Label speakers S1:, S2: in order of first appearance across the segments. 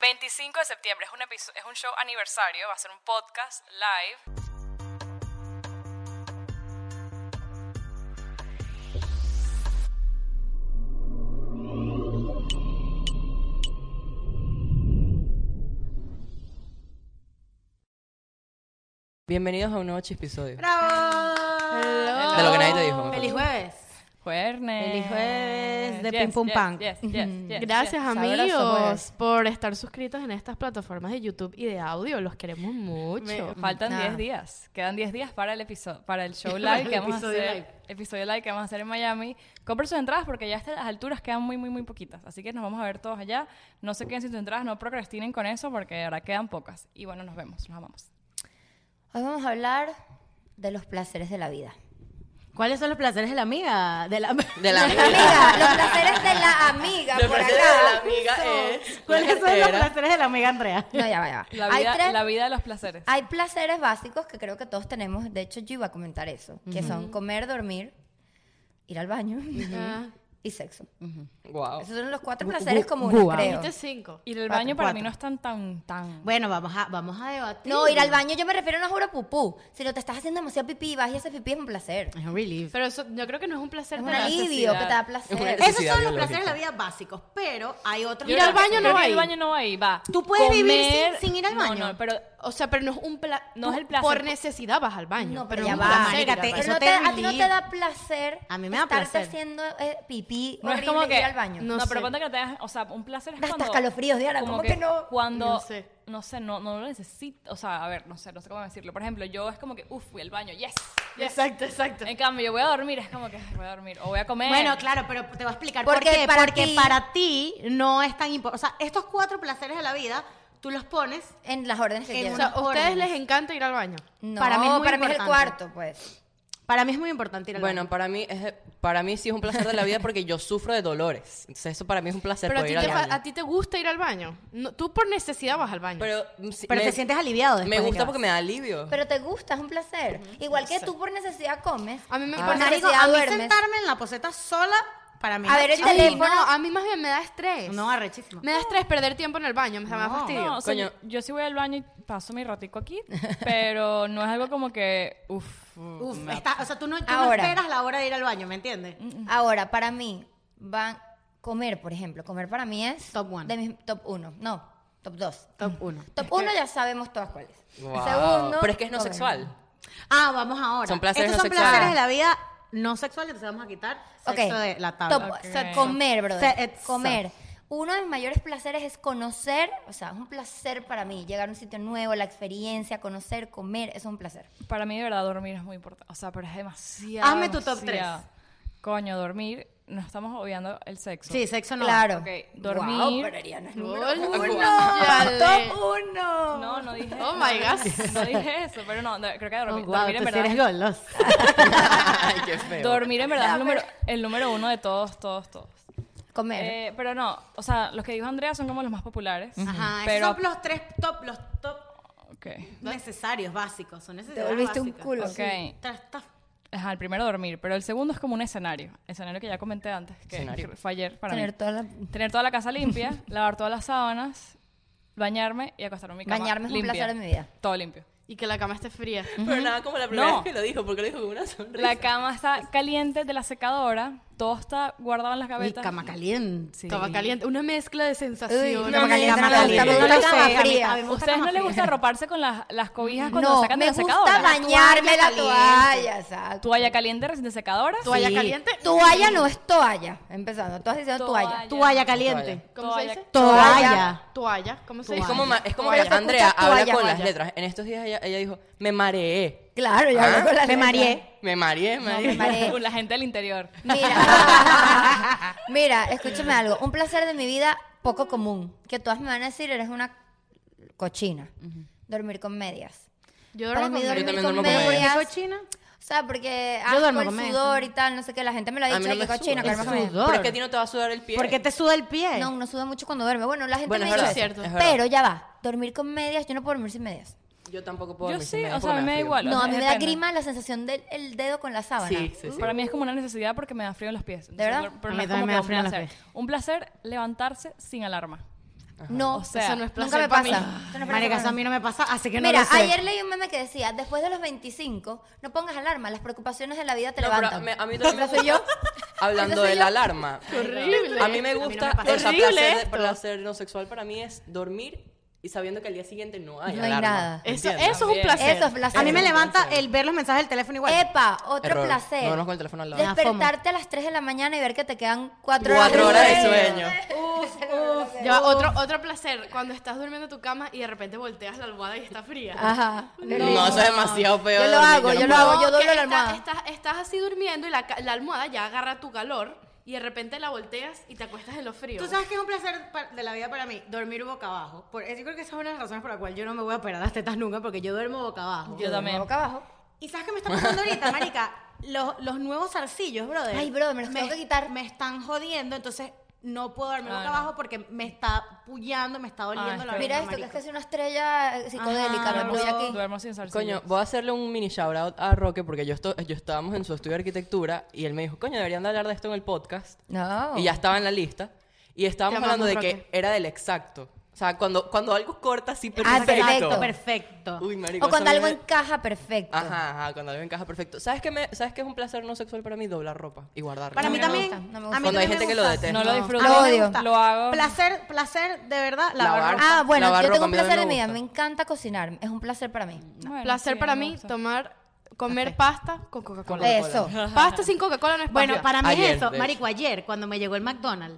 S1: 25 de septiembre es un, episo- es un show aniversario, va a ser un podcast live.
S2: Bienvenidos a un nuevo episodio.
S3: ¡Bravo!
S2: De lo que nadie te dijo.
S3: ¡Feliz jueves!
S4: Jueves.
S3: Feliz jueves de Pim Pum Pam.
S4: Gracias.
S5: Gracias
S4: Sabroso,
S5: amigos
S4: pues.
S5: por estar suscritos en estas plataformas de YouTube y de audio. Los queremos mucho.
S4: Faltan
S3: Nada.
S4: 10 días. Quedan 10 días para el episodio, para el show live
S3: el
S4: que vamos a
S3: episodio
S4: hacer.
S3: live.
S4: Episodio live que vamos a hacer en Miami. Compren sus entradas porque ya a estas alturas quedan muy, muy, muy poquitas. Así que nos vamos a ver todos allá. No se queden sin sus entradas, no procrastinen con eso porque ahora quedan pocas. Y bueno, nos vemos, nos amamos.
S6: Hoy vamos a hablar de los placeres de la vida.
S3: ¿Cuáles son los placeres de la amiga? Ah, De la...
S2: De la
S6: Amiga, los placeres de la amiga
S2: Los
S6: por
S2: placeres
S6: acá.
S2: de la amiga es.
S3: ¿Cuáles son los
S2: Era-
S3: placeres de la amiga Andrea?
S6: No, ya va, ya va.
S4: La
S6: Hay
S4: vida,
S6: tres-
S4: la vida de los placeres.
S3: Ah,
S6: Hay placeres básicos que creo que todos tenemos. De hecho, yo iba a comentar eso. Que son comer, dormir, ir al baño
S5: Ah,
S6: y sexo.
S2: Wow.
S6: Esos son los cuatro
S3: Oh. Gu-
S6: placeres
S3: gu-
S6: comunes,
S3: guau.
S6: creo.
S5: Dijiste cinco.
S4: Y el
S3: Cuatro,
S4: baño para mí
S3: cuatro.
S4: no es tan, tan, tan.
S3: Bueno, vamos a, vamos a debatir.
S6: No, ir al baño yo me refiero a una jura pupú. Si no te estás haciendo demasiado pipí y vas y haces pipí es un placer.
S3: Es un relief.
S5: Pero eso, yo creo que no es un placer.
S6: Es un
S5: tener
S6: alivio
S5: necesidad.
S6: que te da
S2: Una
S6: placer.
S2: necesidad.
S3: Esos son los
S2: biológica.
S3: placeres de la vida básicos, pero hay otros.
S5: Ir al
S3: placeres.
S5: baño
S4: Creo
S5: no
S4: que
S5: va
S4: el
S5: ahí.
S4: baño no va ahí, va.
S3: Tú puedes vivir sin-
S4: Comer-
S3: sin ir al
S4: No,
S3: baño.
S4: no, pero
S5: O sea, pero no es un placer.
S4: No es el placer.
S5: Por necesidad vas al baño.
S6: No, pero ya
S5: pero no
S6: va,
S5: es un placer ir al
S3: marica,
S5: baño.
S6: Pero
S3: eso
S6: no
S3: te
S6: te-
S3: da
S6: a ti no te
S3: relief.
S6: da placer
S3: A mí me da
S6: estarte
S3: placer.
S6: haciendo eh, pipí
S4: No es
S6: horrible
S4: como
S6: y
S4: que-
S6: ir al baño.
S4: No,
S5: No
S4: pero
S5: sé.
S4: cuando que te das, o sea, un placer es
S6: Da hasta
S4: cuando...
S6: escalofríos, Diana,
S4: como
S6: ¿cómo que no?
S4: Cuando, no
S5: No
S4: sé,
S5: sé.
S4: no no, no lo necesito, o sea, a ver, no sé, no sé cómo decirlo. Por ejemplo, yo es como que, uff, fui al baño, yes.
S5: Exacto, exacto.
S4: En cambio, yo voy a dormir, es como que ay, voy a dormir, o voy a comer.
S3: Bueno, claro, pero te voy a explicar
S6: Porque
S3: por qué.
S6: para
S3: Porque
S6: ti-
S3: para ti no es tan importante. O sea, estos cuatro placeres de la vida, tú los pones.
S6: En las órdenes que llevan.
S3: En
S5: O sea, ¿a ustedes
S3: órdenes.
S5: les encanta ir al baño?
S6: No,
S3: Para mí es muy
S6: para mí es el
S3: importante.
S6: cuarto, pues.
S3: Para mí es muy importante ir al
S2: Bueno,
S3: baño.
S2: para mí, es, para mí sí es un placer de la vida porque yo sufro de dolores. Entonces eso para mí es un placer
S5: Pero a
S2: poder ir
S5: ti, te,
S2: al
S5: fa-
S2: baño.
S5: a ti te gusta ir al baño. No, tú por necesidad vas al baño.
S2: Pero, mm, si-
S3: Pero
S2: me-
S3: te sientes aliviado después
S2: Me
S3: de que
S2: gusta
S3: vas.
S2: porque me da alivio.
S6: Pero te gusta, es un placer. Igual que tú por necesidad comes.
S5: A mí me-
S6: y
S5: Ah.
S6: por
S3: Marico,
S6: necesidad
S3: a mí
S6: duermes.
S3: sentarme en la poseta sola, para mí.
S6: A
S3: es
S6: ver el
S3: arrechísimo.
S5: Ay,
S6: teléfono.
S5: no, a mí más bien me da estrés.
S3: No, arrechísimo.
S5: Me da estrés perder tiempo en el baño, me da más
S3: No.
S5: fastidio.
S4: No, o sea,
S2: Coño.
S4: yo, yo sí voy al baño y paso mi ratico aquí, pero no es algo como que, uff.
S3: Uf, está- o sea, tú, no, tú no
S6: Ahora.
S3: esperas la hora de ir al baño, ¿me entiendes?
S6: Mm, Ahora, para mí, van comer, por ejemplo. Comer para mí es.
S3: Top one.
S6: De mis, top uno. No, top dos.
S3: Top 1.
S6: Top uno ya sabemos todas cuáles.
S2: Wow.
S6: Segundo.
S2: Pero es que es no
S6: comer.
S2: sexual.
S3: Ah, vamos ahora.
S2: Son placeres
S3: Estos
S2: no
S3: son
S2: sexuales.
S3: placeres de la vida no sexual, entonces vamos a quitar
S6: Ok.
S3: sexo de la tabla.
S6: Top-
S4: Ok.
S6: o sea, comer, brother.
S3: Sexo.
S6: Comer. Uno de mis mayores placeres es conocer, o sea, es un placer para mí, llegar a un sitio nuevo, la experiencia, conocer, comer, es un placer.
S4: Para mí, de verdad, dormir es muy importante. O sea, pero es demasiado.
S3: Hazme tu top
S4: demasiado.
S3: tres.
S4: Coño, dormir, no estamos obviando el sexo.
S3: Sí, sexo no.
S6: Claro.
S4: Ok,
S6: Guau,
S4: dormir.
S6: pero Ariana es número
S5: Hola,
S6: uno.
S5: yale.
S6: Top uno.
S4: No, no dije
S5: Oh my
S4: no,
S5: God.
S4: No dije eso, pero no, no, creo que
S3: Oh,
S4: dormir,
S3: wow,
S4: dormir en
S3: tú sí
S4: verdad.
S3: eres goloso.
S2: Ay, qué feo.
S4: dormir en verdad es el
S6: Ya,
S4: número,
S6: pero-
S4: el número uno de todos, todos, todos.
S6: Comer.
S4: Eh, pero no, o sea, los que dijo Andrea son como los más populares.
S3: Ajá,
S4: pero,
S3: esos son los tres top, los top
S4: ok.
S3: necesarios, básicos. Son
S6: Te
S3: necesarios
S6: volviste un
S3: básicas.
S6: culo.
S4: Ok.
S3: Tres top.
S4: Ajá, el primero dormir, pero el segundo es como un escenario. Escenario que ya comenté antes, que
S2: Escenario.
S4: fue ayer para
S6: Tener
S4: mí.
S6: toda la...
S4: Tener toda la casa limpia, lavar todas las sábanas, bañarme y acostarme en mi cama.
S6: Bañarme es un
S4: limpia.
S6: placer de mi vida.
S4: Todo limpio.
S5: Y que la cama esté fría.
S2: Pero nada como la primera
S4: No.
S2: vez que lo dijo, porque lo dijo con una sonrisa.
S4: La cama está caliente de la secadora, todo está guardado en las
S3: Mi
S4: gavetas.
S3: cama caliente.
S4: Sí.
S5: Estaba caliente. Una mezcla de sensaciones.
S6: Uy,
S3: Cama
S6: no,
S3: caliente,
S6: no,
S3: cama
S6: no,
S3: caliente.
S6: no, no, cama
S3: Yo sé, a mí-
S6: fría.
S3: a mí me gusta
S4: ¿Ustedes no
S3: cama
S4: les
S3: fría.
S4: gusta arroparse con las, las cobijas cuando
S6: No,
S4: sacan de
S6: me
S4: la
S6: gusta
S4: secadora?
S6: bañarme la
S3: Toalla
S6: toalla, exacto.
S4: Toalla caliente recién de secadora.
S5: Toalla
S3: Sí.
S5: caliente.
S6: Toalla no es toalla, empezando, todas diciendo toalla.
S3: Toalla caliente.
S5: ¿Cómo
S4: Toalla.
S5: se dice?
S3: Toalla.
S5: Toalla. ¿Cómo se
S2: Es
S5: dice?
S2: como, ma- es como
S6: Pero se escucha
S2: Andrea habla
S6: toalla,
S2: con las
S6: toalla.
S2: letras. En estos días ella, ella dijo, me mareé.
S6: Claro, ya hablo con la
S3: Me
S6: letra.
S3: mareé.
S2: Me mareé, me
S6: me mareé.
S4: Con la gente del interior.
S6: Mira, mira, escúchame algo. Un placer de mi vida poco común. Que todas me van a decir, eres una cochina. Dormir con medias.
S5: Yo
S6: Para
S5: duermo
S6: mí
S5: con
S2: dormí-
S6: dormir
S5: medio.
S2: también
S6: con
S2: duermo con
S6: medias.
S2: medias.
S3: cochina?
S6: O sea, porque
S3: Yo duermo
S6: asco
S3: con
S6: el
S3: medias
S6: sudor y tal, no sé qué. La gente me lo ha
S2: A mí
S6: dicho,
S2: no
S6: "Ay,
S2: me
S6: qué cochina,
S2: suda.
S6: duerme con medias".
S2: Pero es que a ti no te va a sudar el pie.
S3: ¿Por qué te suda el pie?
S6: No, uno suda mucho cuando duerme. Bueno, la gente
S2: Bueno,
S6: me
S2: es
S6: dice
S2: verdad,
S6: eso.
S2: es verdad.
S6: Pero ya va. Dormir con medias, yo no puedo dormir sin medias.
S2: Yo tampoco puedo
S4: Yo
S2: dormir sin
S4: sí,
S2: medias
S4: o
S2: porque
S4: sea, me da
S2: frío.
S4: igual.
S6: No, a mí me da
S4: Depende.
S6: grima la sensación del el dedo con la sábana.
S2: Sí, sí, sí.
S4: Para mí es como una necesidad porque me da frío en los pies. Entonces,
S6: verdad?
S4: Pero no
S3: A mí
S4: es
S3: también
S4: como
S3: me da
S4: que un
S3: frío en los
S4: placer. Un placer levantarse sin alarma.
S6: No,
S4: O sea,
S5: eso no es placer
S6: nunca me
S5: pa'
S6: pasa.
S5: mí.
S6: Eso no es
S3: Marica,
S6: placer
S3: eso
S6: pa'
S3: a mí no me pasa, así que no
S6: Mira,
S3: lo sé.
S6: ayer leí un meme que decía, después de los 25, no pongas alarma, las preocupaciones de la vida te
S2: No, pero
S6: levantan.
S2: me- a mí también
S6: Esa
S2: me
S6: soy yo.
S2: Hablando
S6: Entonces
S2: de
S6: yo-
S2: la alarma.
S5: Horrible.
S2: A mí me
S3: no me
S2: gusta,
S3: pasa.
S2: o sea,
S5: Horrible
S2: placer,
S5: esto.
S2: placer no sexual para mí es dormir y sabiendo que al día siguiente no hay
S6: No hay
S2: alarma,
S6: nada.
S2: ¿me
S5: Eso,
S2: entiendes?
S5: eso es un placer.
S6: Eso es placer.
S3: A mí me levanta el ver los mensajes del teléfono igual.
S6: Epa, otro
S2: Error.
S6: placer.
S2: No, no con el teléfono al lado.
S3: Ah,
S6: Despertarte a las 3 de la mañana y ver que te quedan 4 horas,
S2: Cuatro horas de sueño.
S5: Ya, otro, otro placer, cuando estás durmiendo en tu cama y de repente volteas la almohada y está fría.
S6: Ajá.
S2: No, eso es demasiado feo.
S6: Yo
S2: de
S6: lo
S2: dormir,
S6: hago,
S2: no
S6: yo lo
S2: puedo.
S6: hago.
S5: que
S6: doblo la
S5: está-
S6: almohada.
S5: Estás, estás así durmiendo y la, ca- la almohada ya agarra tu calor y de repente la volteas y te acuestas en lo frío.
S3: Tú sabes que es un placer pa- de la vida para mí, dormir boca abajo. Por, yo creo que esa es una de las razones por la cual yo no me voy a operar las tetas nunca, porque yo duermo boca abajo.
S4: Yo también.
S6: Boca abajo.
S3: ¿Y sabes qué me está pasando ahorita, marica? Los, los nuevos zarcillos, brother.
S6: Ay, brother, me los tengo que quitar.
S3: Me están jodiendo, entonces no puedo dormir
S4: Ah,
S3: boca
S4: no.
S3: abajo porque me está pullando, me está doliendo
S4: Ah, es
S3: la
S4: que-
S6: Mira esto, que es casi una estrella eh, psicodélica, me
S4: Duermo-
S6: puse aquí.
S4: Ah, Duermo sin zarcillos.
S2: Coño, voy a hacerle un mini shout out a Roque porque yo, esto, yo estábamos en su estudio de arquitectura y él me dijo, coño, deberían de hablar de esto en el podcast.
S6: No.
S2: Y ya estaba en la lista. Y estábamos
S5: Te
S2: hablando de
S5: amamos,
S2: que era del exacto. O sea, cuando, cuando algo corta así
S6: Ah,
S2: perfecto.
S6: perfecto.
S3: Perfecto.
S2: Uy, marico,
S6: O cuando
S2: eso a mí
S6: algo
S2: me-
S6: encaja perfecto.
S2: Ajá, ajá, cuando algo encaja perfecto. ¿Sabes qué, me, ¿Sabes qué es un placer no sexual para mí? Doblar ropa y guardarla.
S3: Para mí
S6: No me
S3: también.
S6: gusta, no me
S3: a mí
S6: gusta.
S2: Cuando hay
S3: también
S2: gente
S3: me
S2: que lo
S3: gusta.
S2: detesta.
S4: No lo disfruto.
S3: A
S6: Ah,
S3: mí
S6: Lo
S3: me
S6: odio.
S3: gusta.
S4: Lo hago.
S3: Placer, placer, de verdad, lavar.
S2: Lavar.
S3: ropa.
S6: Ah, bueno,
S2: Lavar
S6: yo tengo
S2: ropa, a
S6: un
S2: mí no
S6: placer
S2: me
S6: de mi vida.
S2: gusta.
S6: Me encanta cocinar. Es un placer para mí.
S4: Bueno,
S5: placer
S4: sí,
S5: para
S4: me
S5: mí,
S4: gusta.
S5: tomar, comer pasta con Coca-Cola.
S6: Eso.
S5: Pasta sin Coca-Cola no es
S3: Bueno,
S5: pasta.
S3: para mí
S2: Ayer,
S3: es eso.
S2: de
S3: Marico, ayer, cuando me llegó el McDonald's,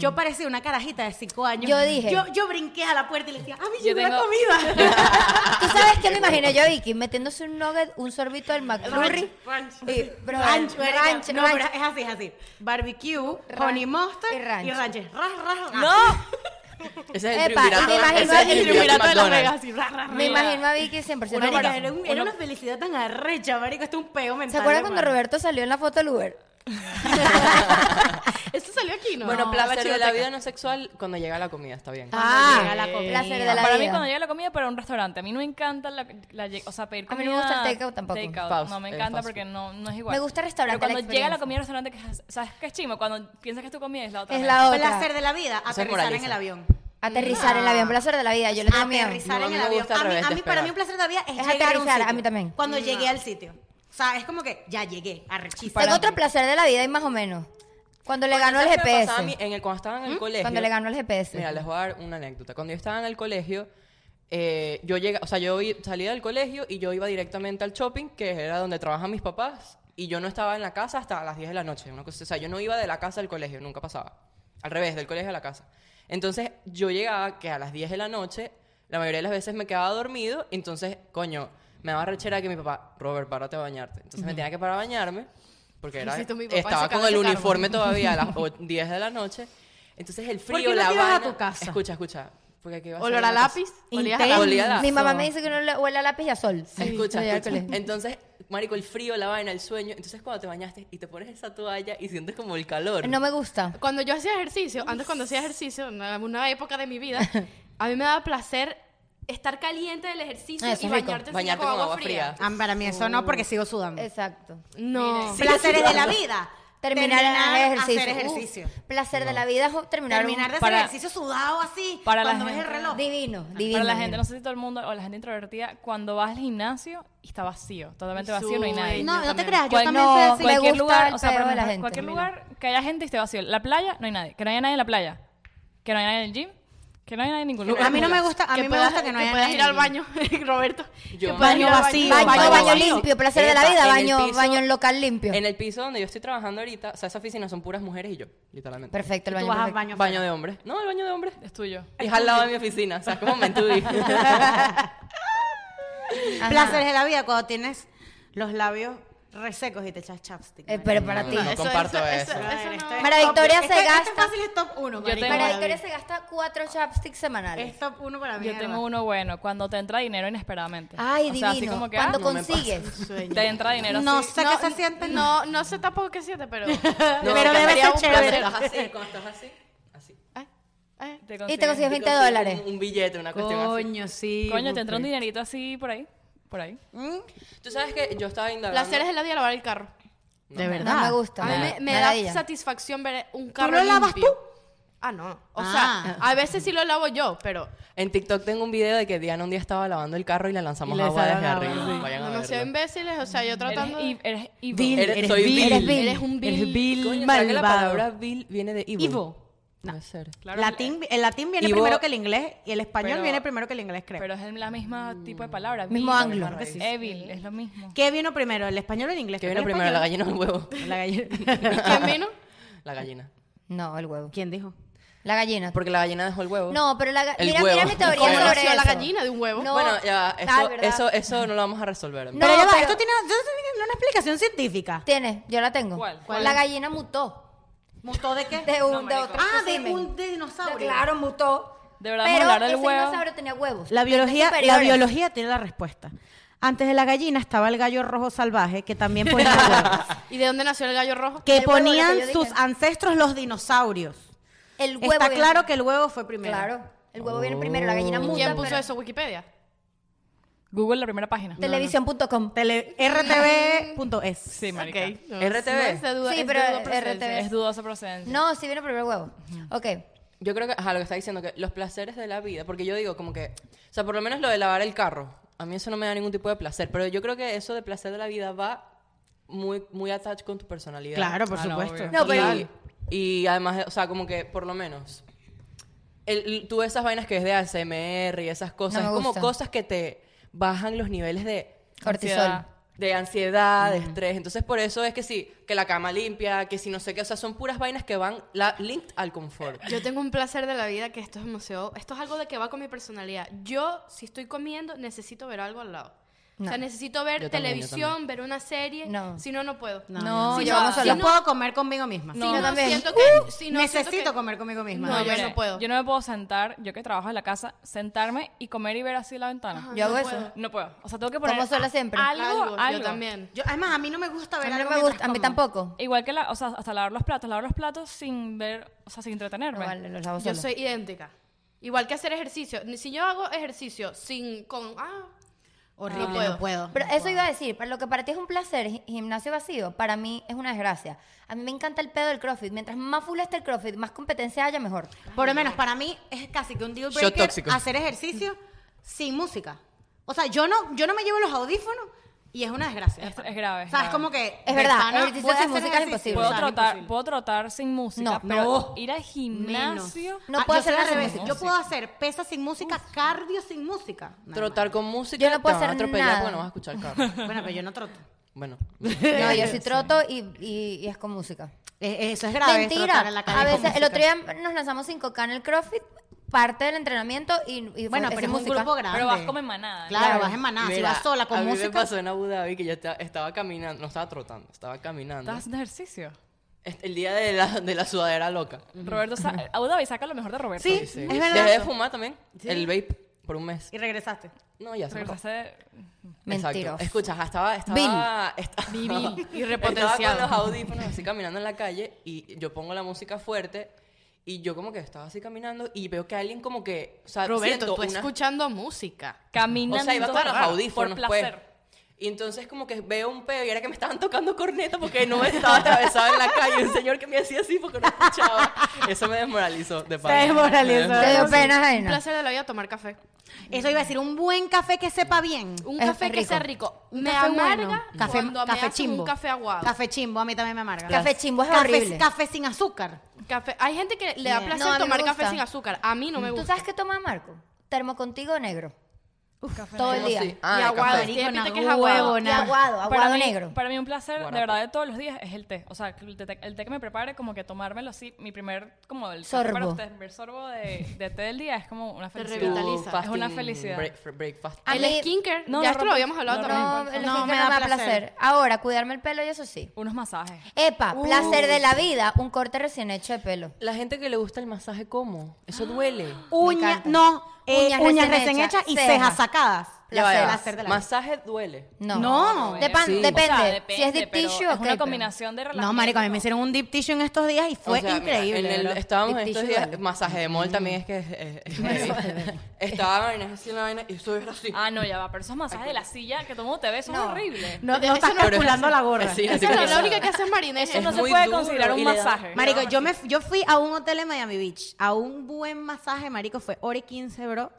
S3: yo parecía una carajita de cinco años.
S6: Yo dije-
S3: Yo, yo brinqué a la puerta y le decía, ¡Ah, mi
S4: Yo
S3: tengo...
S4: tengo-
S3: comida!
S6: ¿Tú sabes qué me imagino yo, Vicky? Metiéndose un nugget, un sorbito del McFlurry.
S5: Ranch,
S6: Y,
S3: Eh,
S6: bro,
S3: ranch,
S6: ranch,
S3: marica.
S6: ranch,
S3: No, pero es así, es así. Barbecue,
S6: Ranch
S3: honey mustard
S6: y
S3: y
S6: ranch.
S3: ranch. Ras, ras, ras.
S2: Ese es el
S6: Epa,
S2: triunvirato.
S6: me imagino
S2: ese es
S6: el
S2: el
S5: Triunvirato de Las
S2: McDonald's.
S5: Vegas, así, ra, ra, ra.
S6: Me imagino a Vicky 100%
S3: Marica,
S6: embarazada.
S3: era, un- era una felicidad tan arrecha, marico. Esto es un peo mental.
S6: ¿Se acuerdan cuando
S3: hermano.
S6: Roberto salió en la foto del Uber?
S5: Esto salió aquí, ¿no?
S2: Bueno,
S5: No,
S2: placer de la
S5: chinoteca.
S2: vida no sexual cuando llega la comida, está bien.
S6: Ah,
S3: llega la comida.
S6: placer de la
S4: para mí
S6: vida.
S4: cuando llega la comida para un restaurante, a mí no me encanta la, la lle- o sea, pedir
S6: A
S4: comida.
S6: mí no me gusta el takeout tampoco.
S4: takeout,
S2: Fast,
S4: no me
S2: eh,
S4: encanta
S2: fast
S4: porque
S2: food.
S4: no, no es igual.
S6: Me gusta el restaurante,
S4: Pero
S6: la
S4: cuando llega la
S6: experiencia.
S4: comida al restaurante, que es- ¿sabes qué es chimo? Cuando piensas que es tu comida es la otra.
S6: Es
S4: vez.
S6: la otra.
S3: Placer de la vida,
S2: es
S3: aterrizar
S2: moraliza.
S3: en el avión.
S6: Aterrizar en el avión, placer de la vida. Yo le tengo miedo.
S3: aterrizar
S2: No, a
S3: en
S2: mí
S3: el
S2: me
S3: avión.
S2: gusta al
S3: a mí,
S2: revés,
S3: a mí-
S2: despegar.
S3: para mí un placer de la vida es,
S6: Es
S3: llegar a un
S6: aterrizar, a
S3: sitio.
S6: mí también.
S3: Cuando llegué al sitio. O sea, es como que ya llegué, Ah, arrechísimo.
S6: Tengo otro placer de la vida y más o menos. Cuando le ganó el
S2: ¿Sabes qué me pasaba a
S6: GPS.
S2: mí? En el, cuando estaba en el
S6: ¿Mm?
S2: colegio.
S6: Cuando le ganó el GPS.
S2: Mira, les voy a dar una anécdota. Cuando yo estaba en el colegio, eh, yo llega, o sea, yo i- salía del colegio y yo iba directamente al shopping, que era donde trabajan mis papás, y yo no estaba en la casa hasta las 10 de la noche. Una cosa, o sea, yo no iba de la casa al colegio, nunca pasaba. Al revés, del colegio a la casa. Entonces, yo llegaba que a las 10 de la noche, la mayoría de las veces me quedaba dormido, entonces, coño, me daba rechera que mi papá, Robert, párate a bañarte. Entonces, me tenía que parar a bañarme, porque era,
S5: Hiciste mi papá
S2: estaba
S5: sacando
S2: con el
S5: ese cargo.
S2: uniforme todavía a las o- 10 de la noche. Entonces el
S3: ¿Por qué
S2: frío,
S3: no
S2: la
S3: te ibas a
S2: vaina-
S3: tu casa?
S2: Escucha, escucha. Porque aquí iba a ser
S5: Olor
S2: una
S5: a
S2: cosa-
S5: lápiz. olías a
S2: Intenso.
S5: lápiz.
S2: Olía-
S6: Mi mamá me dice que no le huele a lápiz y a sol.
S2: escucha,
S6: Cuando llega al
S2: escucha.
S6: colegio.
S2: Entonces, marico, el frío, la vaina, el sueño. Entonces cuando te bañaste y te pones esa toalla y sientes como el calor.
S6: No me gusta.
S5: Cuando yo hacía ejercicio, antes cuando hacía ejercicio, en alguna época de mi vida, a mí me daba placer estar caliente del ejercicio
S6: Ah, eso
S5: y
S6: es rico.
S5: bañarte, así
S2: Bañarte
S5: con, agua fría.
S3: Ah, para mí eso no, porque sigo sudando.
S6: Exacto.
S5: No.
S3: Placeres de la vida.
S6: Terminar el ejercicio.
S3: Hacer
S6: Uf,
S3: ejercicio.
S6: placer de la vida es terminar, un-
S3: Terminar de hacer
S4: Para-
S3: ejercicio sudado así.
S4: para la
S3: cuando ves el
S4: gente-
S3: reloj.
S6: Divino, divino.
S4: Para la gente,
S6: divino.
S4: no sé si todo el mundo o la gente introvertida, cuando vas al gimnasio y está vacío, totalmente vacío, no hay nadie.
S3: No, no te
S5: también.
S3: creas, yo
S4: Cual-
S3: también
S6: no,
S3: soy así.
S6: cual-
S4: cualquier
S6: gusta
S4: lugar,
S6: el
S4: o sea,
S6: peo
S4: por
S6: de la
S4: ejemplo,
S6: gente,
S4: cualquier
S6: a mí
S4: lugar que haya gente y esté vacío. La playa, no hay nadie. Que no haya nadie en la playa. Que no haya nadie en el gym. Que no haya nadie en ningún lugar.
S3: A mí no me gusta, a
S5: Que
S3: mí me
S5: puedas-
S3: gusta que no haya
S5: puedas
S3: nadie.
S5: ir al baño, Roberto.
S2: Yo-
S5: que puedas
S3: Baño
S5: ir al
S3: vacío,
S6: Baño, baño,
S3: Baño vacío.
S6: limpio, placer de la
S2: Epa,
S6: vida,
S2: en el
S6: baño,
S2: piso-
S6: baño en local limpio.
S2: En el piso donde yo estoy trabajando ahorita, o sea, esa oficina son puras mujeres y yo, literalmente.
S6: Perfecto, el
S3: Tú
S6: baño.
S3: vas al
S6: perfecto.
S3: baño.
S2: Baño de hombres. No, el baño de hombres.
S4: Es tuyo.
S2: Es al lado de mi oficina, o sea, es como mentudí.
S6: Ajá.
S3: Placeres de la vida cuando tienes los labios resecos y te echas chapstick.
S6: Eh, pero para
S2: No,
S6: ti.
S2: no comparto eso.
S3: A ver,
S5: eso
S3: esto
S5: no.
S3: es
S6: Para
S3: top-
S6: Victoria
S3: esto-
S6: se
S3: esto
S6: gasta-
S3: es fácil, es top uno, marica,
S4: tengo-
S6: Para
S3: mí.
S6: Victoria se gasta cuatro chapsticks semanales.
S3: Es top uno para mí.
S4: Yo
S3: de
S4: tengo
S3: verdad.
S4: uno bueno, cuando te entra dinero inesperadamente.
S6: Ay,
S4: o
S6: divino.
S4: Sea, así como que,
S6: Cuando
S4: ah,
S6: consigues.
S4: te entra dinero
S3: No
S4: así.
S3: sé qué se siente.
S5: No, no sé tampoco qué siente, pero...
S2: No,
S3: pero
S2: que
S3: debe
S2: sería
S3: ser
S2: un
S3: chévere.
S2: placer. Estás así, cuando estás así, así.
S5: Ay, ay.
S4: Te
S6: Y te consigues 20
S2: Consigo
S6: dólares.
S2: Un, un billete, una cuestión así.
S3: Coño, sí.
S4: Coño, te entra un dinerito así por ahí. Por ahí.
S2: Tú sabes que yo estaba indagando.
S5: Placeres de la vida lavar el carro.
S3: De
S6: No me
S3: verdad.
S6: gusta.
S5: A mí me, me da
S6: Maravilla.
S5: satisfacción ver un
S3: ¿Tú
S5: carro
S3: lo lavas tú?
S5: limpio. Ah, no. O
S3: Ah.
S5: sea, a veces sí lo lavo yo, pero
S2: En TikTok tengo un video de que Diana un día estaba lavando el carro y la lanzamos
S3: Y le
S2: agua
S3: salió
S2: desde
S3: agua,
S2: arriba.
S3: sí.
S2: Vayan a
S5: no
S2: verlo.
S5: sean imbéciles, o sea, yo tratando
S4: Eres, ev-
S5: de...
S4: eres evil.
S3: Vil,
S2: Eres-
S3: eres
S2: soy
S3: vil.
S2: vil.
S6: Eres vil.
S5: Eres un vil.
S3: Eres vil
S2: Coño, ¿será
S3: malvado.
S2: que la palabra vil viene de evil?
S3: Evil.
S2: Puede ser.
S4: Claro,
S3: Latín, el latín viene
S2: Ivo-
S3: primero que el inglés y el español
S4: Pero-
S3: viene primero que el inglés, creo.
S4: Pero es el- la misma tipo de palabra.
S6: Mismo
S4: vil,
S6: anglo.
S4: claro que sí. Evil, es lo mismo.
S3: ¿Qué vino primero, el español o el inglés?
S2: ¿Qué
S3: Creo
S2: viene
S3: que
S2: primero,
S3: el
S2: la
S3: español.
S2: gallina o el huevo?
S3: La gallina.
S5: ¿Quién vino?
S2: La gallina.
S6: No, el huevo.
S3: ¿Quién dijo?
S6: La gallina.
S2: Porque la gallina dejó el huevo.
S6: No, pero la ga-
S2: El
S6: mira,
S2: huevo.
S6: mira mi teoría
S5: ¿Cómo
S6: sobre
S5: nació la
S6: eso.
S5: gallina de un huevo?
S6: No.
S2: Bueno, ya, eso,
S6: Ah, ¿verdad?
S2: eso, eso no lo vamos a resolver.
S6: No,
S2: ¿verdad?
S3: pero ya va,
S6: pero-
S3: esto tiene, esto tiene una explicación científica.
S6: Tienes, yo la tengo.
S4: ¿Cuál?
S6: La gallina mutó
S3: ¿Mutó de qué?
S6: de un de otro
S3: ah, de
S6: semen.
S3: un de dinosaurio.
S6: Claro, mutó.
S4: De verdad, vamos a
S6: pero
S4: hablar del
S6: ese
S4: huevo.
S6: dinosaurio tenía huevos.
S3: La biología, la
S6: superiores.
S3: biología tiene la respuesta. Antes de la gallina estaba el gallo rojo salvaje que también ponía huevos.
S5: ¿Y de dónde nació el gallo rojo?
S3: Que
S6: El huevo, lo que
S3: ponían
S6: yo
S3: sus
S6: dije.
S3: ancestros los dinosaurios.
S6: El huevo
S3: Está
S6: viene-
S3: claro que el huevo fue primero.
S6: Claro, el huevo viene primero, la gallina muta.
S5: ¿Quién puso
S6: pero-
S5: eso? ¿Wikipedia?
S4: Google, la primera página.
S6: Televisión.com.
S3: Tele- RTV.es.
S4: Sí, marica.
S5: Ok. no,
S2: RTV.
S5: no es de duda-
S6: Sí,
S5: es de
S6: pero
S5: duda procedencia.
S6: RTV.
S4: Es dudosa procedencia.
S6: No, sí viene primero el huevo. Ok.
S2: Yo creo que, ajá, lo que está diciendo, que los placeres de la vida, porque yo digo como que, o sea, por lo menos lo de lavar el carro, a mí eso no me da ningún tipo de placer, pero yo creo que eso de placer de la vida va muy, muy attached con tu personalidad.
S3: Claro, por
S4: Ah, no,
S3: supuesto.
S4: obvio.
S6: No,
S2: Y-
S6: pero-
S2: y, además, o sea, como que por lo menos. el- el- tú ves esas vainas que es de ASMR y esas cosas,
S6: No me
S2: es como
S6: gusta.
S2: cosas que te bajan los niveles de,
S6: Cortisol.
S4: Ansiedad.
S2: de ansiedad, de estrés. Entonces, por eso es que sí, que la cama limpia, que si no sé qué, o sea, son puras vainas que van la, linked al confort.
S5: Yo tengo un placer de la vida que esto es demasiado... Esto es algo de que va con mi personalidad. Yo, si estoy comiendo, necesito ver algo al lado. O
S6: No.
S5: sea, necesito ver
S2: Yo también, yo
S5: televisión, ver una serie.
S6: No.
S5: Si no, no puedo.
S6: No,
S5: Si
S6: yo
S5: no-
S6: vamos a
S5: si
S3: Yo
S6: hablar.
S5: no-
S3: puedo comer conmigo misma.
S5: si no Uh,
S6: también.
S5: siento que- si no siento
S3: Necesito
S5: que-
S3: comer conmigo misma.
S5: No, yo
S4: mire,
S5: no puedo.
S4: Yo no me puedo sentar, yo que trabajo en la casa, sentarme y comer y ver así la ventana.
S5: Ajá,
S6: Yo hago
S5: no
S6: eso.
S5: puedo.
S4: No puedo. O sea, tengo que poner.
S6: Como
S3: ah,
S6: sola siempre.
S4: Algo, algo.
S5: Yo también.
S3: Yo- además, a mí no me gusta
S6: A
S3: ver
S6: mí no
S3: algo
S6: me
S3: mientras
S6: gusta, a mí
S3: como.
S6: tampoco.
S4: Igual que la. O sea, hasta lavar los platos. Lavar los platos sin ver. O sea, sin
S6: No,
S4: entretenerme.
S6: vale, los lavo
S5: Yo
S6: sola.
S5: soy idéntica. Igual que hacer ejercicio. Ni- Si yo hago ejercicio sin con ah,
S3: Horrible,
S5: No
S3: no
S5: puedo.
S3: puedo.
S6: Pero eso iba a decir, para lo que para ti es un placer, gi- gimnasio vacío, para mí es una desgracia. A mí me encanta el pedo del CrossFit. Mientras más full esté el CrossFit, más competencia haya, mejor.
S3: Por lo menos para mí es casi que un deal
S2: Yo
S3: breaker
S2: tóxico.
S3: hacer ejercicio sin música. O sea, yo no, yo no me llevo los audífonos y es una desgracia.
S4: Es- es grave, es
S3: O sea, es
S4: grave.
S3: como que.
S6: Es
S3: de
S6: verdad,
S3: pana,
S6: ejercicio
S3: voy a
S6: sin
S3: hacer
S6: música es
S3: ejercicio.
S6: imposible.
S4: Puedo
S3: O sea,
S4: trotar,
S3: imposible.
S4: puedo trotar sin música,
S6: No.
S4: pero
S3: No.
S4: ir al
S3: Menos.
S4: gimnasio.
S6: No
S3: Ah,
S6: puedo
S3: yo soy
S6: hacer
S3: al
S6: nada
S3: revés.
S6: sin
S3: Yo
S4: música.
S3: puedo hacer pesas sin música, cardio sin música. No,
S2: Trotar con música,
S6: Yo no puedo
S2: te van a
S6: hacer
S2: atropellar
S6: nada.
S2: porque no vas a escuchar carro.
S3: no. Bueno, pero yo no troto.
S2: Bueno,
S6: No, yo sí troto y, y- y es con música.
S3: Eh, Eso es grave.
S6: Mentira.
S3: trotar en la calle
S6: a
S3: con
S6: veces, el
S3: música.
S6: otro día nos lanzamos 5K en el CrossFit, parte del entrenamiento y, y
S3: Bueno,
S6: fue-
S3: pero
S6: sin
S3: es un
S6: música.
S3: grupo grande.
S4: Pero vas como en manada,
S3: Claro,
S6: claro.
S3: vas en manada. si
S2: mira,
S3: vas sola
S2: a
S3: con
S2: mí me
S3: música.
S2: pasó en Abu Dhabi que yo esta- estaba caminando, no estaba trotando, estaba caminando.
S4: Estás haciendo ejercicio.
S2: Este- El día de la, de la sudadera loca.
S4: Roberto, sa Abu Dhabi saca lo mejor de Roberto.
S3: Sí,
S2: Sí.
S3: es verdad.
S2: Dejé de fumar también, el vape, por un mes.
S3: Y regresaste.
S2: No, ya se me pasó.
S4: Regresaste-
S6: Mentiroso.
S2: Exacto. Escucha, ajá, estaba, estaba, estaba,
S5: viril y
S2: Estaba
S5: repotenciado.
S2: con los audífonos así caminando en la calle y yo pongo la música fuerte y yo como que estaba así caminando y veo que alguien como que, o sea,
S5: Roberto,
S2: siento
S5: tú
S2: una-
S5: escuchando música.
S4: Caminando.
S2: o sea, iba con los audífonos,
S4: Por
S2: pues.
S4: placer.
S2: Y entonces como que veo un peo y era que me estaban tocando corneta porque no me estaba atravesado en la calle un señor que me hacía así porque no escuchaba. Eso me desmoralizó, de pana.
S3: desmoralizó.
S6: Te dio pena
S5: Un
S6: ajena.
S5: placer de la vida tomar café.
S3: Eso iba a decir, un buen café que sepa bien.
S5: Un
S6: Es
S5: café que
S6: rico.
S5: sea rico.
S3: Un
S5: me
S3: café
S5: amarga
S3: bueno. Café,
S5: cuando me
S3: café
S5: hacen
S3: chimbo.
S5: un café aguado. Café.
S3: Café chimbo, a mí también me amarga.
S6: Café chimbo es
S3: Café-
S6: horrible.
S3: Café sin azúcar.
S5: Hay gente que le da
S6: No,
S5: placer
S6: a mí me
S5: tomar café
S6: gusta.
S5: sin azúcar. A mí no me
S6: ¿Tú
S5: gusta.
S6: sabes qué toma Marco? Termo contigo negro.
S4: Café
S6: Todo el
S2: ¿Cómo
S6: día.
S2: así?
S5: y
S2: Ah, el
S5: aguado.
S2: café.
S5: Tiene
S3: Marico,
S5: pinta que es
S3: na-
S5: aguado.
S3: huevo,
S6: Y
S3: na-
S6: aguado,
S4: Para
S6: aguado
S4: mí-
S6: negro.
S4: Para mí un placer,
S2: Guarapo.
S4: de verdad, de todos los días es el té. O sea, que el té, el té que me prepare, como que tomármelo así, mi primer, como el café para
S6: Sorbo.
S4: ustedes, primer sorbo de, de té del día es como una
S2: Tu
S4: felicidad.
S5: revitaliza. Vitaliza.
S2: fasting
S4: Es una felicidad.
S2: break- breakfast.
S6: A mí-
S5: El skinker.
S4: No,
S5: ya
S4: no,
S5: esto
S4: rompe-
S5: lo habíamos hablado
S4: no,
S5: también.
S6: No,
S5: Juan.
S6: el
S3: No,
S6: skincare
S3: me da
S6: no me da
S3: placer.
S6: placer. Ahora, cuidarme el pelo y eso sí.
S4: Unos masajes.
S6: Epa, placer de la vida, un corte recién hecho de pelo.
S2: La gente que le gusta el masaje, ¿cómo? Eso duele.
S3: Uña,
S6: encanta.
S3: no, eh,
S6: Uñas
S3: uñas
S6: recién
S3: recién
S6: hechas,
S3: hechas y
S6: cejas.
S3: cejas sacadas.
S2: Ya va, ya va.
S3: Placer de la-
S2: Masaje duele.
S6: No.
S3: No.
S6: Depan-
S2: Sí.
S6: Depende.
S4: O sea,
S6: Si es deep
S4: pero
S6: tissue,
S4: es
S6: ok,
S4: una
S6: pero-
S4: combinación de relajación.
S3: No, marico, a mí me hicieron un deep tissue en estos días y fue
S2: O sea, mira,
S3: increíble.
S2: en el-
S3: bro.
S2: estábamos en
S3: Deep
S2: estos
S3: tissue
S2: días,
S3: duele.
S2: masaje de mol también es que es, es- es- estaba en así una vaina y eso era así.
S4: Ah, no, ya va, pero esos masajes de la silla que todo el mundo te ve, eso es
S6: No.
S4: horrible.
S3: No,
S5: Pero eso
S3: no estás
S5: no es-
S3: calculando la gorra.
S2: Sí, así
S5: Esa es
S2: como-
S5: la- la única que hace es marinera.
S4: Eso no se
S2: muy
S4: puede
S2: duro
S4: considerar un
S2: y le da-
S4: masaje.
S3: Marico, yo, me, yo fui a un hotel en Miami Beach, a un buen masaje, marico, fue hora y 15, bro.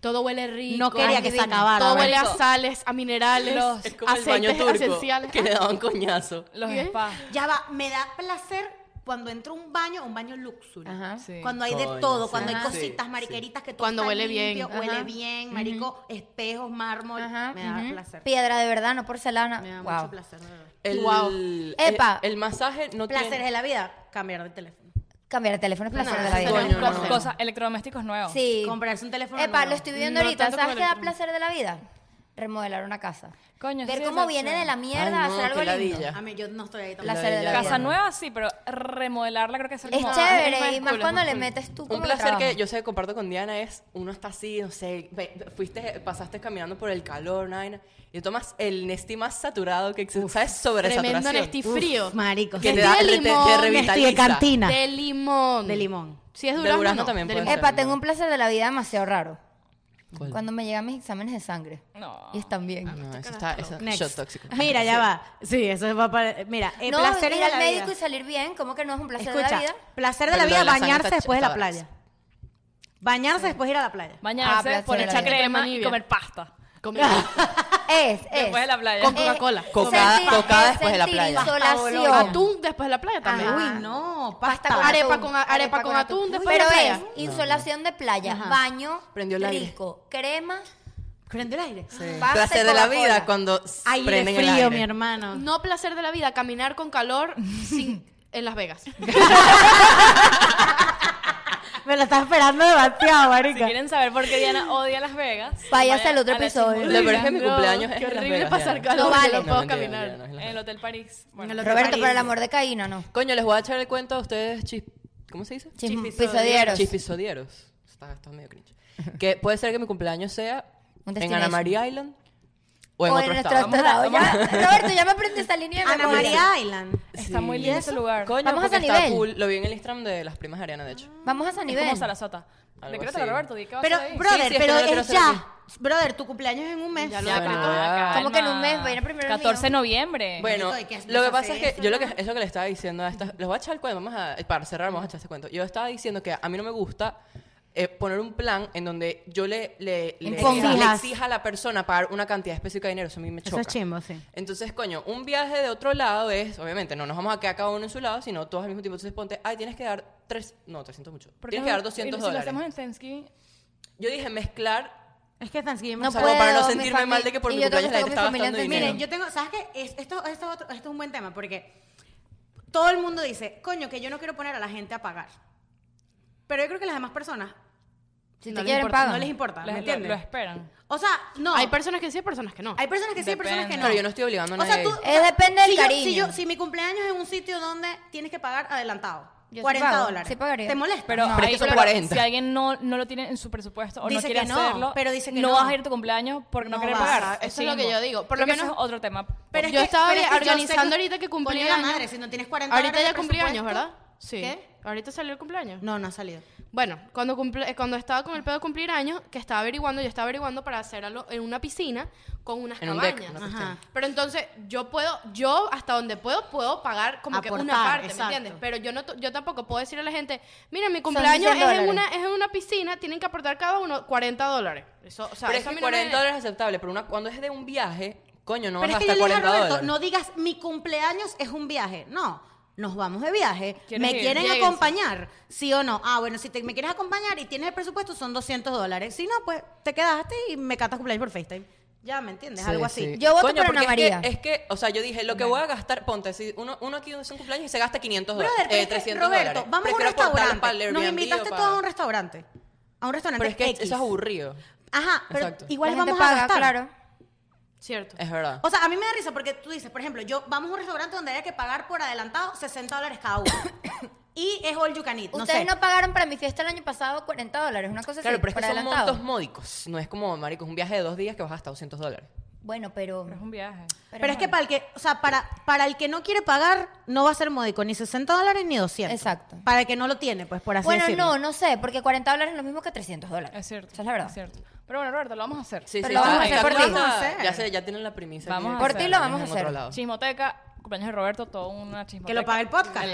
S5: Todo huele rico.
S3: No quería
S5: Ay,
S3: que se
S5: divino.
S3: acabara,
S5: Todo huele a
S3: marico.
S5: sales, a minerales,
S4: Los-
S2: es como el baño
S5: aceites
S2: turco
S5: esenciales. ah.
S2: que le daban coñazo.
S4: Los
S6: ¿Eh?
S5: Bien.
S4: spas.
S3: Ya va, me da placer cuando entro a un baño, un baño luxury.
S6: Ajá.
S4: Sí.
S3: Cuando hay
S2: Coño,
S3: de todo,
S2: sí.
S3: cuando hay
S2: Ajá.
S3: cositas,
S2: Sí,
S3: mariqueritas, que todo
S5: Cuando
S3: está
S5: huele bien.
S3: limpio,
S5: Ajá.
S3: Huele bien, marico, espejos, mármol,
S6: Ajá,
S3: me da
S6: ujú.
S3: placer.
S6: Piedra de verdad, no porcelana.
S3: Me da
S6: Wow.
S3: mucho placer, de verdad.
S2: El,
S5: Guau.
S2: el-
S6: Epa.
S2: El, masaje no
S3: Placeres
S2: tiene...
S3: de la vida, cambiar de teléfono.
S6: Cambiar de teléfono es placer
S5: No,
S6: de la vida.
S5: eso no es
S2: Coño,
S5: placer.
S2: no.
S4: Cosas, electrodomésticos nuevos.
S6: Sí.
S3: Comprarse un teléfono
S6: Epa,
S3: nuevo.
S6: lo estoy viendo
S5: No
S6: ahorita.
S5: tanto
S6: ¿Sabes
S5: como
S6: qué da
S5: electro-
S6: placer de la vida? Remodelar una casa.
S4: Coño,
S6: Ver
S4: sí,
S6: cómo
S4: esa
S6: viene
S4: opción.
S6: de la mierda,
S2: Ay, no,
S6: hacer algo
S2: qué
S6: lindo.
S2: ladilla.
S3: A mí, yo no estoy ahí tampoco.
S6: Placer de
S2: Placer.
S6: la vida.
S4: Casa nueva sí, pero remodelarla creo que es el
S6: Es
S4: como-
S6: chévere
S5: es más
S6: y más
S5: cool, es
S6: cuando
S5: más
S6: le
S5: cool.
S6: metes tú como
S2: Un
S6: de
S2: placer que
S6: trabajo.
S2: yo sé que comparto con Diana es, uno está así, no sé, ve- fuiste, pasaste caminando por el calor, una vaina, y tomas el Nesti más saturado que existe, ¿sabes? Sobre
S5: Tremendo Nestí
S2: saturación.
S5: frío.
S3: Marico,
S2: Que
S3: sí.
S2: te da,
S5: Nestí de
S2: te- te,
S5: limón, Nestí de
S3: Nestí este, de
S2: revitaliza.
S3: cantina.
S5: De limón.
S3: De limón.
S5: Si es
S2: De
S5: durazno,
S2: durazno
S5: no.
S2: también
S5: De
S2: puede
S5: limón.
S2: ser.
S6: Epa, tengo un placer de la vida demasiado raro.
S2: ¿Cuál?
S6: Cuando me llegan mis exámenes de sangre.
S4: No.
S6: Y están bien.
S5: Ah.
S2: No, eso está, eso,
S3: Next.
S2: shot tóxico.
S3: Mira, ya va. Sí, eso va para. Mira, eh,
S6: no,
S3: placer
S6: ir
S3: de la
S6: al médico
S3: vida.
S6: y salir bien, ¿cómo que no es un placer de
S3: Escucha,
S6: la vida?
S3: placer
S2: Pero
S3: de la
S2: lo
S3: vida
S2: de la sangre
S3: bañarse
S2: está-
S3: después de
S2: está
S3: la playa.
S2: bravo.
S3: Bañarse después de ir a la playa.
S6: Ah,
S4: Bañarse,
S6: placer
S4: poner
S6: de la vida.
S4: crema y
S5: Nivea.
S4: comer pasta.
S5: Comer.
S6: Es, es.
S4: Después de la playa.
S5: Con
S6: Es
S5: Coca-Cola.
S2: Cocada-
S6: sentir-
S2: cocada
S6: es
S2: después de la
S6: sentir
S2: playa.
S3: Ah,
S6: Insolación.
S5: Atún después de la playa también.
S6: Ajá.
S5: Uy,
S3: no,
S6: Pasta con
S5: Arepa
S6: atún.
S5: con a- arepa con atún después de
S6: Pero
S5: la
S6: es
S5: playa.
S6: insolación de playa, baño,
S2: Prendió el aire.
S6: rico, crema,
S3: Prende el aire.
S6: pasta y
S2: placer de la
S6: Coca-Cola.
S2: vida cuando
S3: Aire
S2: prenden
S3: frío,
S2: el aire.
S3: mi hermano.
S5: No placer de la vida, caminar con calor sin, en Las Vegas.
S3: Me lo estás esperando demasiado,
S4: Si
S3: marica.
S4: quieren saber por qué Diana odia Las Vegas,
S6: Váyase
S4: vayan
S6: al otro
S4: a la
S6: episodio.
S4: Simón
S2: Lo peor es que mi
S5: No,
S2: cumpleaños es
S5: qué
S2: en Las
S5: horrible
S2: Vegas,
S5: pasar
S2: Diana.
S6: No
S5: calor, yo
S6: vale.
S5: no puedo
S2: mentira,
S5: caminar.
S2: Diana, es en Las
S4: En el Hotel París. Bueno,
S3: En el hotel
S6: Roberto,
S3: París.
S6: por el amor de Caína, no.
S2: Coño, les voy a echar el cuento a ustedes chis... ¿Cómo se dice?
S6: Chispisodieros.
S2: Chispisodieros. Está, está medio cringe. Que puede ser que mi cumpleaños sea
S6: Un
S2: en Ana
S6: destination.
S2: María Island o en
S6: o
S2: otro
S6: en nuestro
S2: estado.
S6: estado. Ya, Roberto, ya me aprendí esa línea de
S3: Ana
S6: memoria.
S3: María Island.
S4: Está muy
S2: Sí.
S4: lindo ese lugar.
S2: Coño,
S6: Vamos a
S2: porque
S6: San
S2: está
S6: Ibel.
S2: cool. Lo vi en el Instagram de las primas de Ariana, de hecho.
S6: Vamos a San
S4: Es
S6: Ibel.
S4: como Sarasota.
S2: Algo
S4: Decrétalo,
S2: así.
S4: Roberto, di qué vas
S3: Pero,
S4: a hacer ahí.
S2: bro-
S3: brother,
S2: Sí, sí, es que
S3: pero
S2: no lo quiero
S3: es
S2: hacer así.
S3: ya. Brother, tu cumpleaños es en un mes. Ah,
S5: Ya lo
S2: Ya,
S5: decretó.
S2: bueno, ya.
S6: ¿Cómo que en un mes?
S4: Calma.
S6: Vayan primero el
S4: 14 de
S6: mío.
S4: noviembre.
S2: Bueno,
S3: Marico, ¿y qué
S2: lo que
S3: haces
S2: pasa es que
S3: eso,
S2: yo lo que
S3: no?
S2: es lo que le estaba diciendo a estas, los voy a echar el cuento, vamos a para cerrar, vamos a echar este cuento. Yo estaba diciendo que a mí no me gusta eh, poner un plan en donde yo le le, le-
S6: Impongas.
S2: le exija a la persona pagar una cantidad específica de dinero, eso a mí me
S3: Eso
S2: choca.
S3: es chimbo, sí.
S2: Entonces, coño, un viaje de otro lado es, obviamente, no nos vamos a quedar cada uno en su lado, sino todos al mismo tiempo. Entonces ponte, ay, tienes que dar tres, no, 300 mucho.
S4: ¿Por qué
S2: Tienes
S4: no-
S2: que dar
S4: y
S2: 200
S4: Si lo
S2: dólares.
S4: hacemos en Thanksgiving,
S2: Yo dije mezclar
S3: Es que Thanksgiving
S6: No
S2: o sea, como para no
S6: puedo, mi
S2: sentirme mal de que por
S6: familia-
S2: mi
S6: y yo tengo que
S2: cumpleaños la
S6: estar
S2: gente estaba
S6: con mi
S2: gastando
S6: familia
S2: dinero.
S3: Miren, yo tengo, ¿sabes qué? Es- esto, esto, otro- esto es un buen tema porque todo el mundo dice, coño, que yo no quiero poner a la gente a pagar. Pero yo creo que las demás personas
S6: Si
S5: No
S6: te
S5: les
S6: quieren,
S5: importa,
S6: pagan.
S3: no les importa,
S2: Ah,
S4: les- lo,
S3: ¿me entiendes?
S4: lo esperan.
S3: o sea, no.
S5: Hay personas que sí, hay personas que no.
S3: hay personas que sí, hay personas que
S4: Depende.
S3: no.
S2: Pero yo no estoy obligando a
S3: O
S2: nadie.
S3: sea, tú,
S2: a ir.
S6: Eh, depende del
S3: si yo-
S6: cariño.
S3: si, yo- si mi cumpleaños es un sitio donde tienes que pagar adelantado,
S6: Yo sí
S3: 40
S6: pago,
S3: dólares.
S6: sí pagaría.
S3: ¿Te molesta?
S4: Pero,
S2: Pero es
S4: ahí,
S2: que son
S4: claro,
S2: 40.
S4: si alguien no, no lo tiene en su presupuesto o
S3: Dice
S4: no quiere
S3: que no,
S4: hacerlo,
S3: pero dice que
S4: no,
S3: no.
S4: vas a ir a tu cumpleaños porque no,
S3: No
S4: quieres
S3: vas.
S4: pagar.
S5: Eso es lo
S4: chimbo.
S5: que yo digo. Por
S4: Creo
S5: lo
S4: que eso
S5: menos-
S4: es otro tema.
S3: Pero es
S5: Yo
S3: que-
S5: estaba
S3: pero es que yo sé que
S5: organizando
S3: tú-
S5: ahorita que cumplí
S3: Ponle la
S5: años.
S3: madre, si no tienes 40
S5: Ahorita
S3: dólares
S5: ya
S3: de
S5: cumplí años,
S3: presupuesto.
S5: ¿verdad? Sí.
S3: ¿Qué?
S5: Ahorita salió el cumpleaños.
S3: No, no ha salido.
S5: Bueno, cuando, cumple, eh, cuando estaba con el pedo de cumplir años, que estaba averiguando, yo estaba averiguando para hacerlo en una piscina con unas
S2: En un deck,
S5: cabañas.
S2: una
S3: Ajá.
S5: Pero entonces yo puedo, yo hasta donde puedo, puedo pagar como que una
S3: Aportar,
S5: parte,
S3: exacto.
S5: ¿me entiendes? Pero yo no, t- yo tampoco puedo decirle a la gente, mira, mi cumpleaños
S6: 100
S5: es en,
S6: dólares".
S5: una, es en una piscina, tienen que aportar cada uno 40 dólares. Eso, o sea,
S2: pero
S5: eso a
S2: es
S5: mí
S2: que
S5: no me-
S2: 40 dólares es aceptable, pero una, cuando es de un viaje, coño, no vas
S3: Pero
S2: a
S3: es que yo
S2: gastar
S3: le dije a
S2: 40 dólares.
S3: Roberto, no digas mi cumpleaños es un viaje. No, nos vamos de viaje.
S4: ¿Quieres
S3: ¿Me
S4: ir?
S3: quieren
S5: Lléguense.
S3: acompañar? ¿Sí o no? Ah, bueno, si te- me quieres acompañar y tienes el presupuesto, son 200 dólares. Si no, pues te quedaste y me cantas cumpleaños por FaceTime. Ya, ¿me entiendes?
S2: Sí,
S3: Algo
S2: sí.
S3: así.
S6: Yo voto
S2: Coño,
S6: por Ana
S2: porque es que-
S6: María.
S2: Es que, o sea, yo dije, lo que voy a gastar, ponte, si uno, uno aquí es un cumpleaños y se gasta 500
S3: Brother,
S2: dólares,
S3: pero
S2: eh,
S3: es que,
S2: 300
S3: Roberto,
S2: dólares.
S3: vamos a un
S2: Prefiero aportarlo para
S3: restaurante.
S2: el
S3: Nos
S2: Airbnb
S3: invitaste
S2: o para-
S3: todos a un restaurante. A un restaurante
S2: Pero es que
S3: X.
S2: eso es aburrido,
S3: Ajá, pero
S2: Exacto.
S6: La
S3: igual
S6: gente
S3: vamos a
S6: paga,
S3: gastar.
S6: claro.
S5: Cierto.
S2: es verdad.
S3: O sea, a mí me da risa porque tú dices, por ejemplo, yo vamos a un restaurante donde haya que pagar por adelantado 60 dólares cada uno. Y es all you can eat. No
S6: Ustedes
S3: sé.
S6: no pagaron para mi fiesta el año pasado 40 dólares, una cosa
S2: Claro,
S6: así,
S2: pero es
S6: por
S2: que son
S6: adelantado.
S2: montos módicos. No es como, marico, es un viaje de dos días que vas a gastar 200 dólares.
S6: Bueno, pero...
S4: Pero es un viaje.
S3: Pero, es que para el que, o sea, para, para el que no quiere pagar, no va a ser módico ni 60 dólares ni 200.
S6: Exacto.
S3: Para el que no lo tiene, pues por así
S6: Bueno,
S3: decirlo.
S6: no, no sé, porque 40 dólares es lo mismo que 300 dólares.
S4: Es cierto.
S6: Esa es la verdad.
S4: Es cierto. Pero bueno, Roberto, lo vamos a hacer.
S2: Sí,
S6: Pero
S2: sí,
S6: lo
S2: sí,
S6: vamos a
S2: sí,
S6: hacer
S2: sí,
S6: por ti.
S2: sí.
S3: Lo vamos a hacer.
S2: Ya, sé, ya tienen la primicia.
S4: Vamos
S2: aquí.
S4: a Por ti hacer.
S6: lo vamos a
S2: En otro
S6: hacer.
S2: lado.
S4: Chismoteca, cumpleaños de Roberto, todo una chismoteca.
S3: Que lo pague el podcast.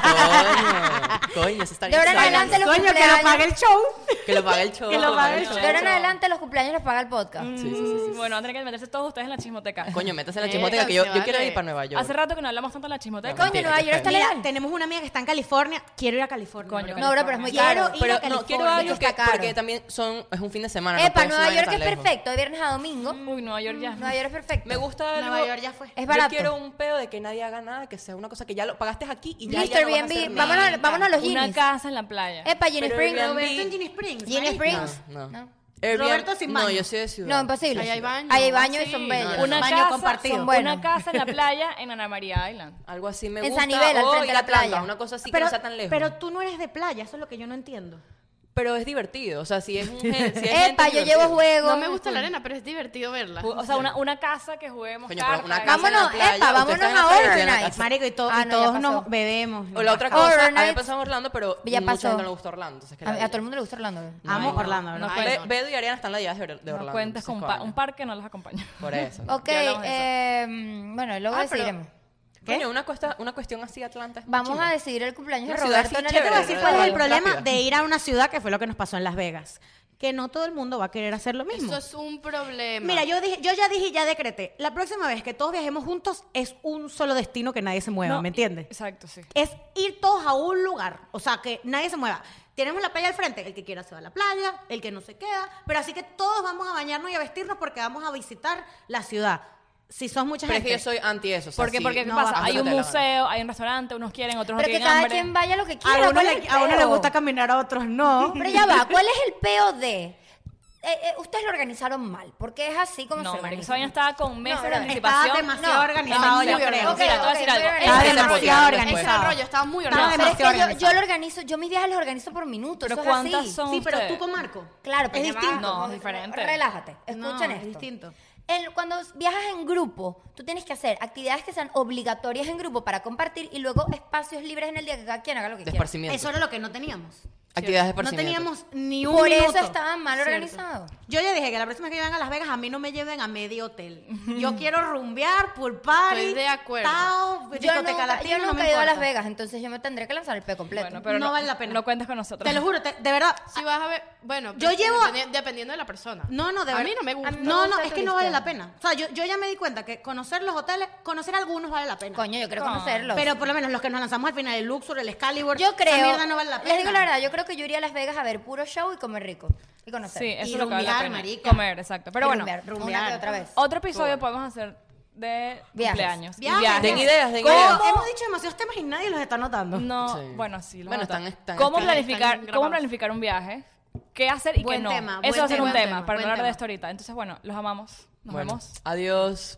S2: Coño, coño, eso estaría
S6: De ahora en
S2: extraño.
S6: adelante los
S3: Coño, que
S6: cumpleaños...
S3: lo pague el show.
S2: Que lo pague el show.
S3: Que lo pague el
S6: De ahora en adelante los cumpleaños los paga el podcast.
S2: Sí, sí, sí, sí.
S4: Bueno, van a tener que meterse todos ustedes en la chismoteca.
S2: Coño, métase en la
S5: Eh,
S2: chismoteca que yo,
S5: se
S2: yo quiero
S5: vale.
S2: ir para Nueva York.
S4: Hace rato que no hablamos tanto de la chismoteca.
S6: Coño, Nueva York está
S2: Mira,
S6: legal.
S3: Mira, tenemos una amiga que está en California. Quiero ir a California.
S4: Coño,
S3: bro.
S6: No, bro, pero es muy
S3: Quiero
S6: caro.
S3: ir
S2: Pero
S3: a
S2: no, quiero
S3: California.
S2: algo
S6: que
S2: que,
S6: está caro.
S2: porque también son, es un fin de semana. no
S6: Epa,
S2: puedes
S6: Nueva
S2: ir
S6: York
S2: tan
S6: es
S2: lejos.
S6: perfecto, de viernes a domingo.
S4: Uy, Nueva York ya.
S6: Nueva York es perfecto.
S2: Me gusta algo.
S3: Nueva York ya fue.
S6: Es barato.
S2: Yo quiero un pedo de que nadie haga nada, que sea una cosa que ya lo pagaste aquí y ya,
S6: Listo,
S2: ya no vas a hacer
S6: Airbnb,
S2: nada.
S6: vámonos, a- vámonos a los
S4: Una
S6: Ginis.
S4: casa en la playa.
S6: Epa, Gin
S2: Pero
S6: Springs.
S2: Airbnb-
S3: Roberto en Gin Springs.
S6: Gin
S3: marico.
S6: Springs.
S2: No, no.
S3: Roberto sin
S2: No,
S3: baño.
S2: yo soy de ciudad.
S6: No, imposible.
S5: Ahí hay baño,
S6: Ahí hay baño y
S5: sí.
S6: son bellos.
S2: No, no,
S4: una
S3: Baño
S4: casa,
S3: compartido.
S4: son-
S6: Bueno.
S4: Una casa en la playa en Ana María Island.
S2: Algo así me
S6: En
S2: gusta. Oh,
S6: Sanibel, al
S2: o
S6: frente de
S2: ir
S6: la
S2: a Atlanta,
S6: playa.
S2: Una cosa así que
S3: Pero,
S2: no sea tan lejos.
S3: pero tú no eres de playa, eso es lo que yo no entiendo.
S2: Pero es divertido. O sea, si es un. Si es gente,
S6: Epa,
S2: es
S6: yo
S2: divertido.
S6: llevo juego.
S5: No me gusta la arena, pero es divertido verla.
S4: O sea, una, una casa que juguemos
S2: Coño, pero una
S4: cartas.
S2: casa en la
S6: Vámonos,
S2: playa,
S6: epa,
S2: usted
S6: vámonos
S2: está en la
S6: a
S2: playa, yo estoy en la
S6: overnight.
S2: casa.
S3: Marico, y, to-
S6: Ah,
S3: y
S6: no, ya
S3: todos
S6: pasó.
S3: nos bebemos.
S2: O la otra cosa, a mí me
S6: Overnight.
S2: pasó Orlando, pero
S6: Ya
S2: mucha
S6: pasó.
S2: gente no le gusta Orlando. entonces que
S6: A,
S2: la-
S6: a todo el mundo le gusta Orlando.
S3: Amo Orlando,
S4: no
S3: ¿verdad?
S2: Be-
S4: Bueno.
S2: Bedo y Ariana están ladeadas de, de Orlando.
S4: No cuentas con un,
S2: entonces,
S4: pa- un parque, no los acompaño.
S2: coño, Por eso. ¿no?
S6: Ok,
S4: Ya hablamos de eso.
S6: eh, bueno, luego
S2: Ah, pero-
S6: decidiremos.
S2: Coño, una, cuesta- una cuestión así, Atlanta. es muy
S6: Vamos
S2: chimba.
S6: a decidir el cumpleaños de
S2: Una ciudad
S6: Roberto en el
S2: así
S3: Yo te voy a decir cuál es el
S2: Rápido.
S3: problema de ir a una ciudad que fue lo que nos pasó en Las Vegas. Que no todo el mundo va a querer hacer lo mismo.
S5: Eso es un problema.
S3: Mira, yo dije, yo ya dije y ya decreté. La próxima vez que todos viajemos juntos es un solo destino que nadie se mueva,
S4: No,
S3: ¿me entiendes?
S4: Exacto, sí.
S3: Es ir todos a un lugar, o sea, que nadie se mueva. Tenemos la playa al frente, el que quiera se va a la playa, el que no se queda, pero así que todos vamos a bañarnos y a vestirnos porque vamos a visitar la ciudad. Si sos mucha
S2: Pero es
S3: gente.
S2: que yo soy anti eso. o sea,
S4: porque,
S2: sí,
S4: porque ¿qué
S3: no,
S4: pasa?
S3: basta,
S4: Hay un
S2: te la gana.
S4: museo, hay un restaurante, unos quieren, otros
S6: Pero
S4: no
S6: que
S4: tienen
S6: cada
S4: hambre.
S6: quien vaya lo que
S3: a,
S6: quiera.
S3: uno
S6: ¿cuál es
S3: le,
S6: el
S3: a uno le
S6: peo?
S3: gusta caminar, a otros no.
S6: pues, Pero ya va, ¿cuál es el peo de? Eh, eh, ustedes lo organizaron mal, porque es así como
S4: No,
S6: se
S4: marico, esa
S6: organiza.
S4: vaina estaba con meses
S6: No,
S4: de
S6: no,
S3: Estaba
S4: anticipación.
S3: demasiado
S6: no,
S3: organizado, yo
S5: demasiado
S3: creo.
S6: organizado.
S4: Mira, te voy a
S6: Ok,
S4: decir
S6: ok,
S4: algo.
S6: voy a
S4: Ese
S3: Estaba
S4: es el
S3: demasiado
S2: después.
S5: Ese
S3: organizado.
S5: rollo estaba muy
S3: Estaba
S5: organizado.
S6: Pero es que yo- yo,
S3: organizado.
S6: lo organizo, yo mis viajes los organizo por minutos.
S4: Pero
S6: eso es
S4: ¿cuántas
S6: así.
S4: son
S3: Sí, pero tú
S4: ustedes?
S3: con Marco.
S6: Claro,
S3: es
S6: pero ya va,
S3: distinto.
S4: No,
S6: como-
S4: es diferente.
S6: Relájate,
S3: No,
S6: escuchen
S3: es
S6: esto.
S3: distinto.
S6: El- cuando viajas en grupo, tú tienes que hacer actividades que sean obligatorias en grupo para compartir y luego espacios libres en el día que cada quien haga lo que
S2: De
S6: quiera.
S2: esparcimiento.
S3: Eso era lo que no teníamos.
S2: Actividades de
S3: No
S2: esparcimiento.
S3: teníamos ni un
S6: Por eso
S3: minuto.
S6: estaba mal organizado.
S3: Yo ya dije que la próxima vez que yo venga a Las Vegas a mí no me lleven a medio hotel. Yo quiero rumbear, pool party,
S5: Estoy de acuerdo.
S3: tao,
S6: Yo
S3: discoteca
S6: nunca,
S3: latina,
S6: yo
S3: no me
S6: nunca he ido a Las
S3: importa.
S6: Vegas, entonces yo me tendré que lanzar el pe completo.
S4: Bueno, pero
S3: No
S4: no,
S3: vale la pena.
S4: No cuentes con nosotros.
S3: Te lo juro, te- de verdad.
S5: Si vas a ver, bueno,
S3: Yo
S5: pero
S3: llevo-
S5: depende- dependiendo de la persona.
S3: No, no, de
S5: A
S3: verdad.
S5: mí no me gusta.
S3: No, no,
S6: gusta
S3: es que no vale
S6: turistear.
S3: la pena. O sea, yo, yo ya me di cuenta que conocer los hoteles, conocer algunos vale la pena.
S6: Coño, yo quiero
S4: No.
S6: conocerlos.
S3: Pero por lo menos los que nos lanzamos al final, el Luxor, el Excalibur,
S6: yo
S3: esa
S6: creo,
S3: mierda no vale la pena.
S6: les digo la verdad, yo creo que yo iría a Las Vegas a ver puro show y comer rico. Y conocer.
S4: Sí,
S6: Y
S4: eso es lo que vale la
S3: rumbear,
S4: pena.
S3: marica.
S4: Comer, exacto. Pero bueno,
S6: rumbear, rumbear.
S3: rumbear.
S6: Una que otra vez.
S4: otro episodio podemos hacer de
S6: Viajes.
S4: cumpleaños. y
S3: Viajes.
S2: Den ideas, den
S3: ¿Cómo?
S2: ideas.
S3: Hemos dicho demasiados temas y nadie los está notando.
S4: No,
S2: Sí.
S4: bueno, sí. lo vamos
S2: Bueno,
S4: a
S2: están-
S4: notar.
S2: están-
S4: ¿Cómo,
S2: están-
S4: planificar,
S5: están
S4: ¿Cómo
S5: grabados.
S4: planificar un viaje? ¿Qué hacer y
S3: Buen
S4: qué no?
S3: tema, buen
S4: Eso va a ser
S3: tema,
S4: un
S3: buen
S4: tema
S3: tema,
S4: para
S3: buen
S4: hablar de
S3: tema.
S4: esto ahorita. Entonces, bueno, los amamos. Nos
S2: Bueno,
S4: vemos.
S2: adiós.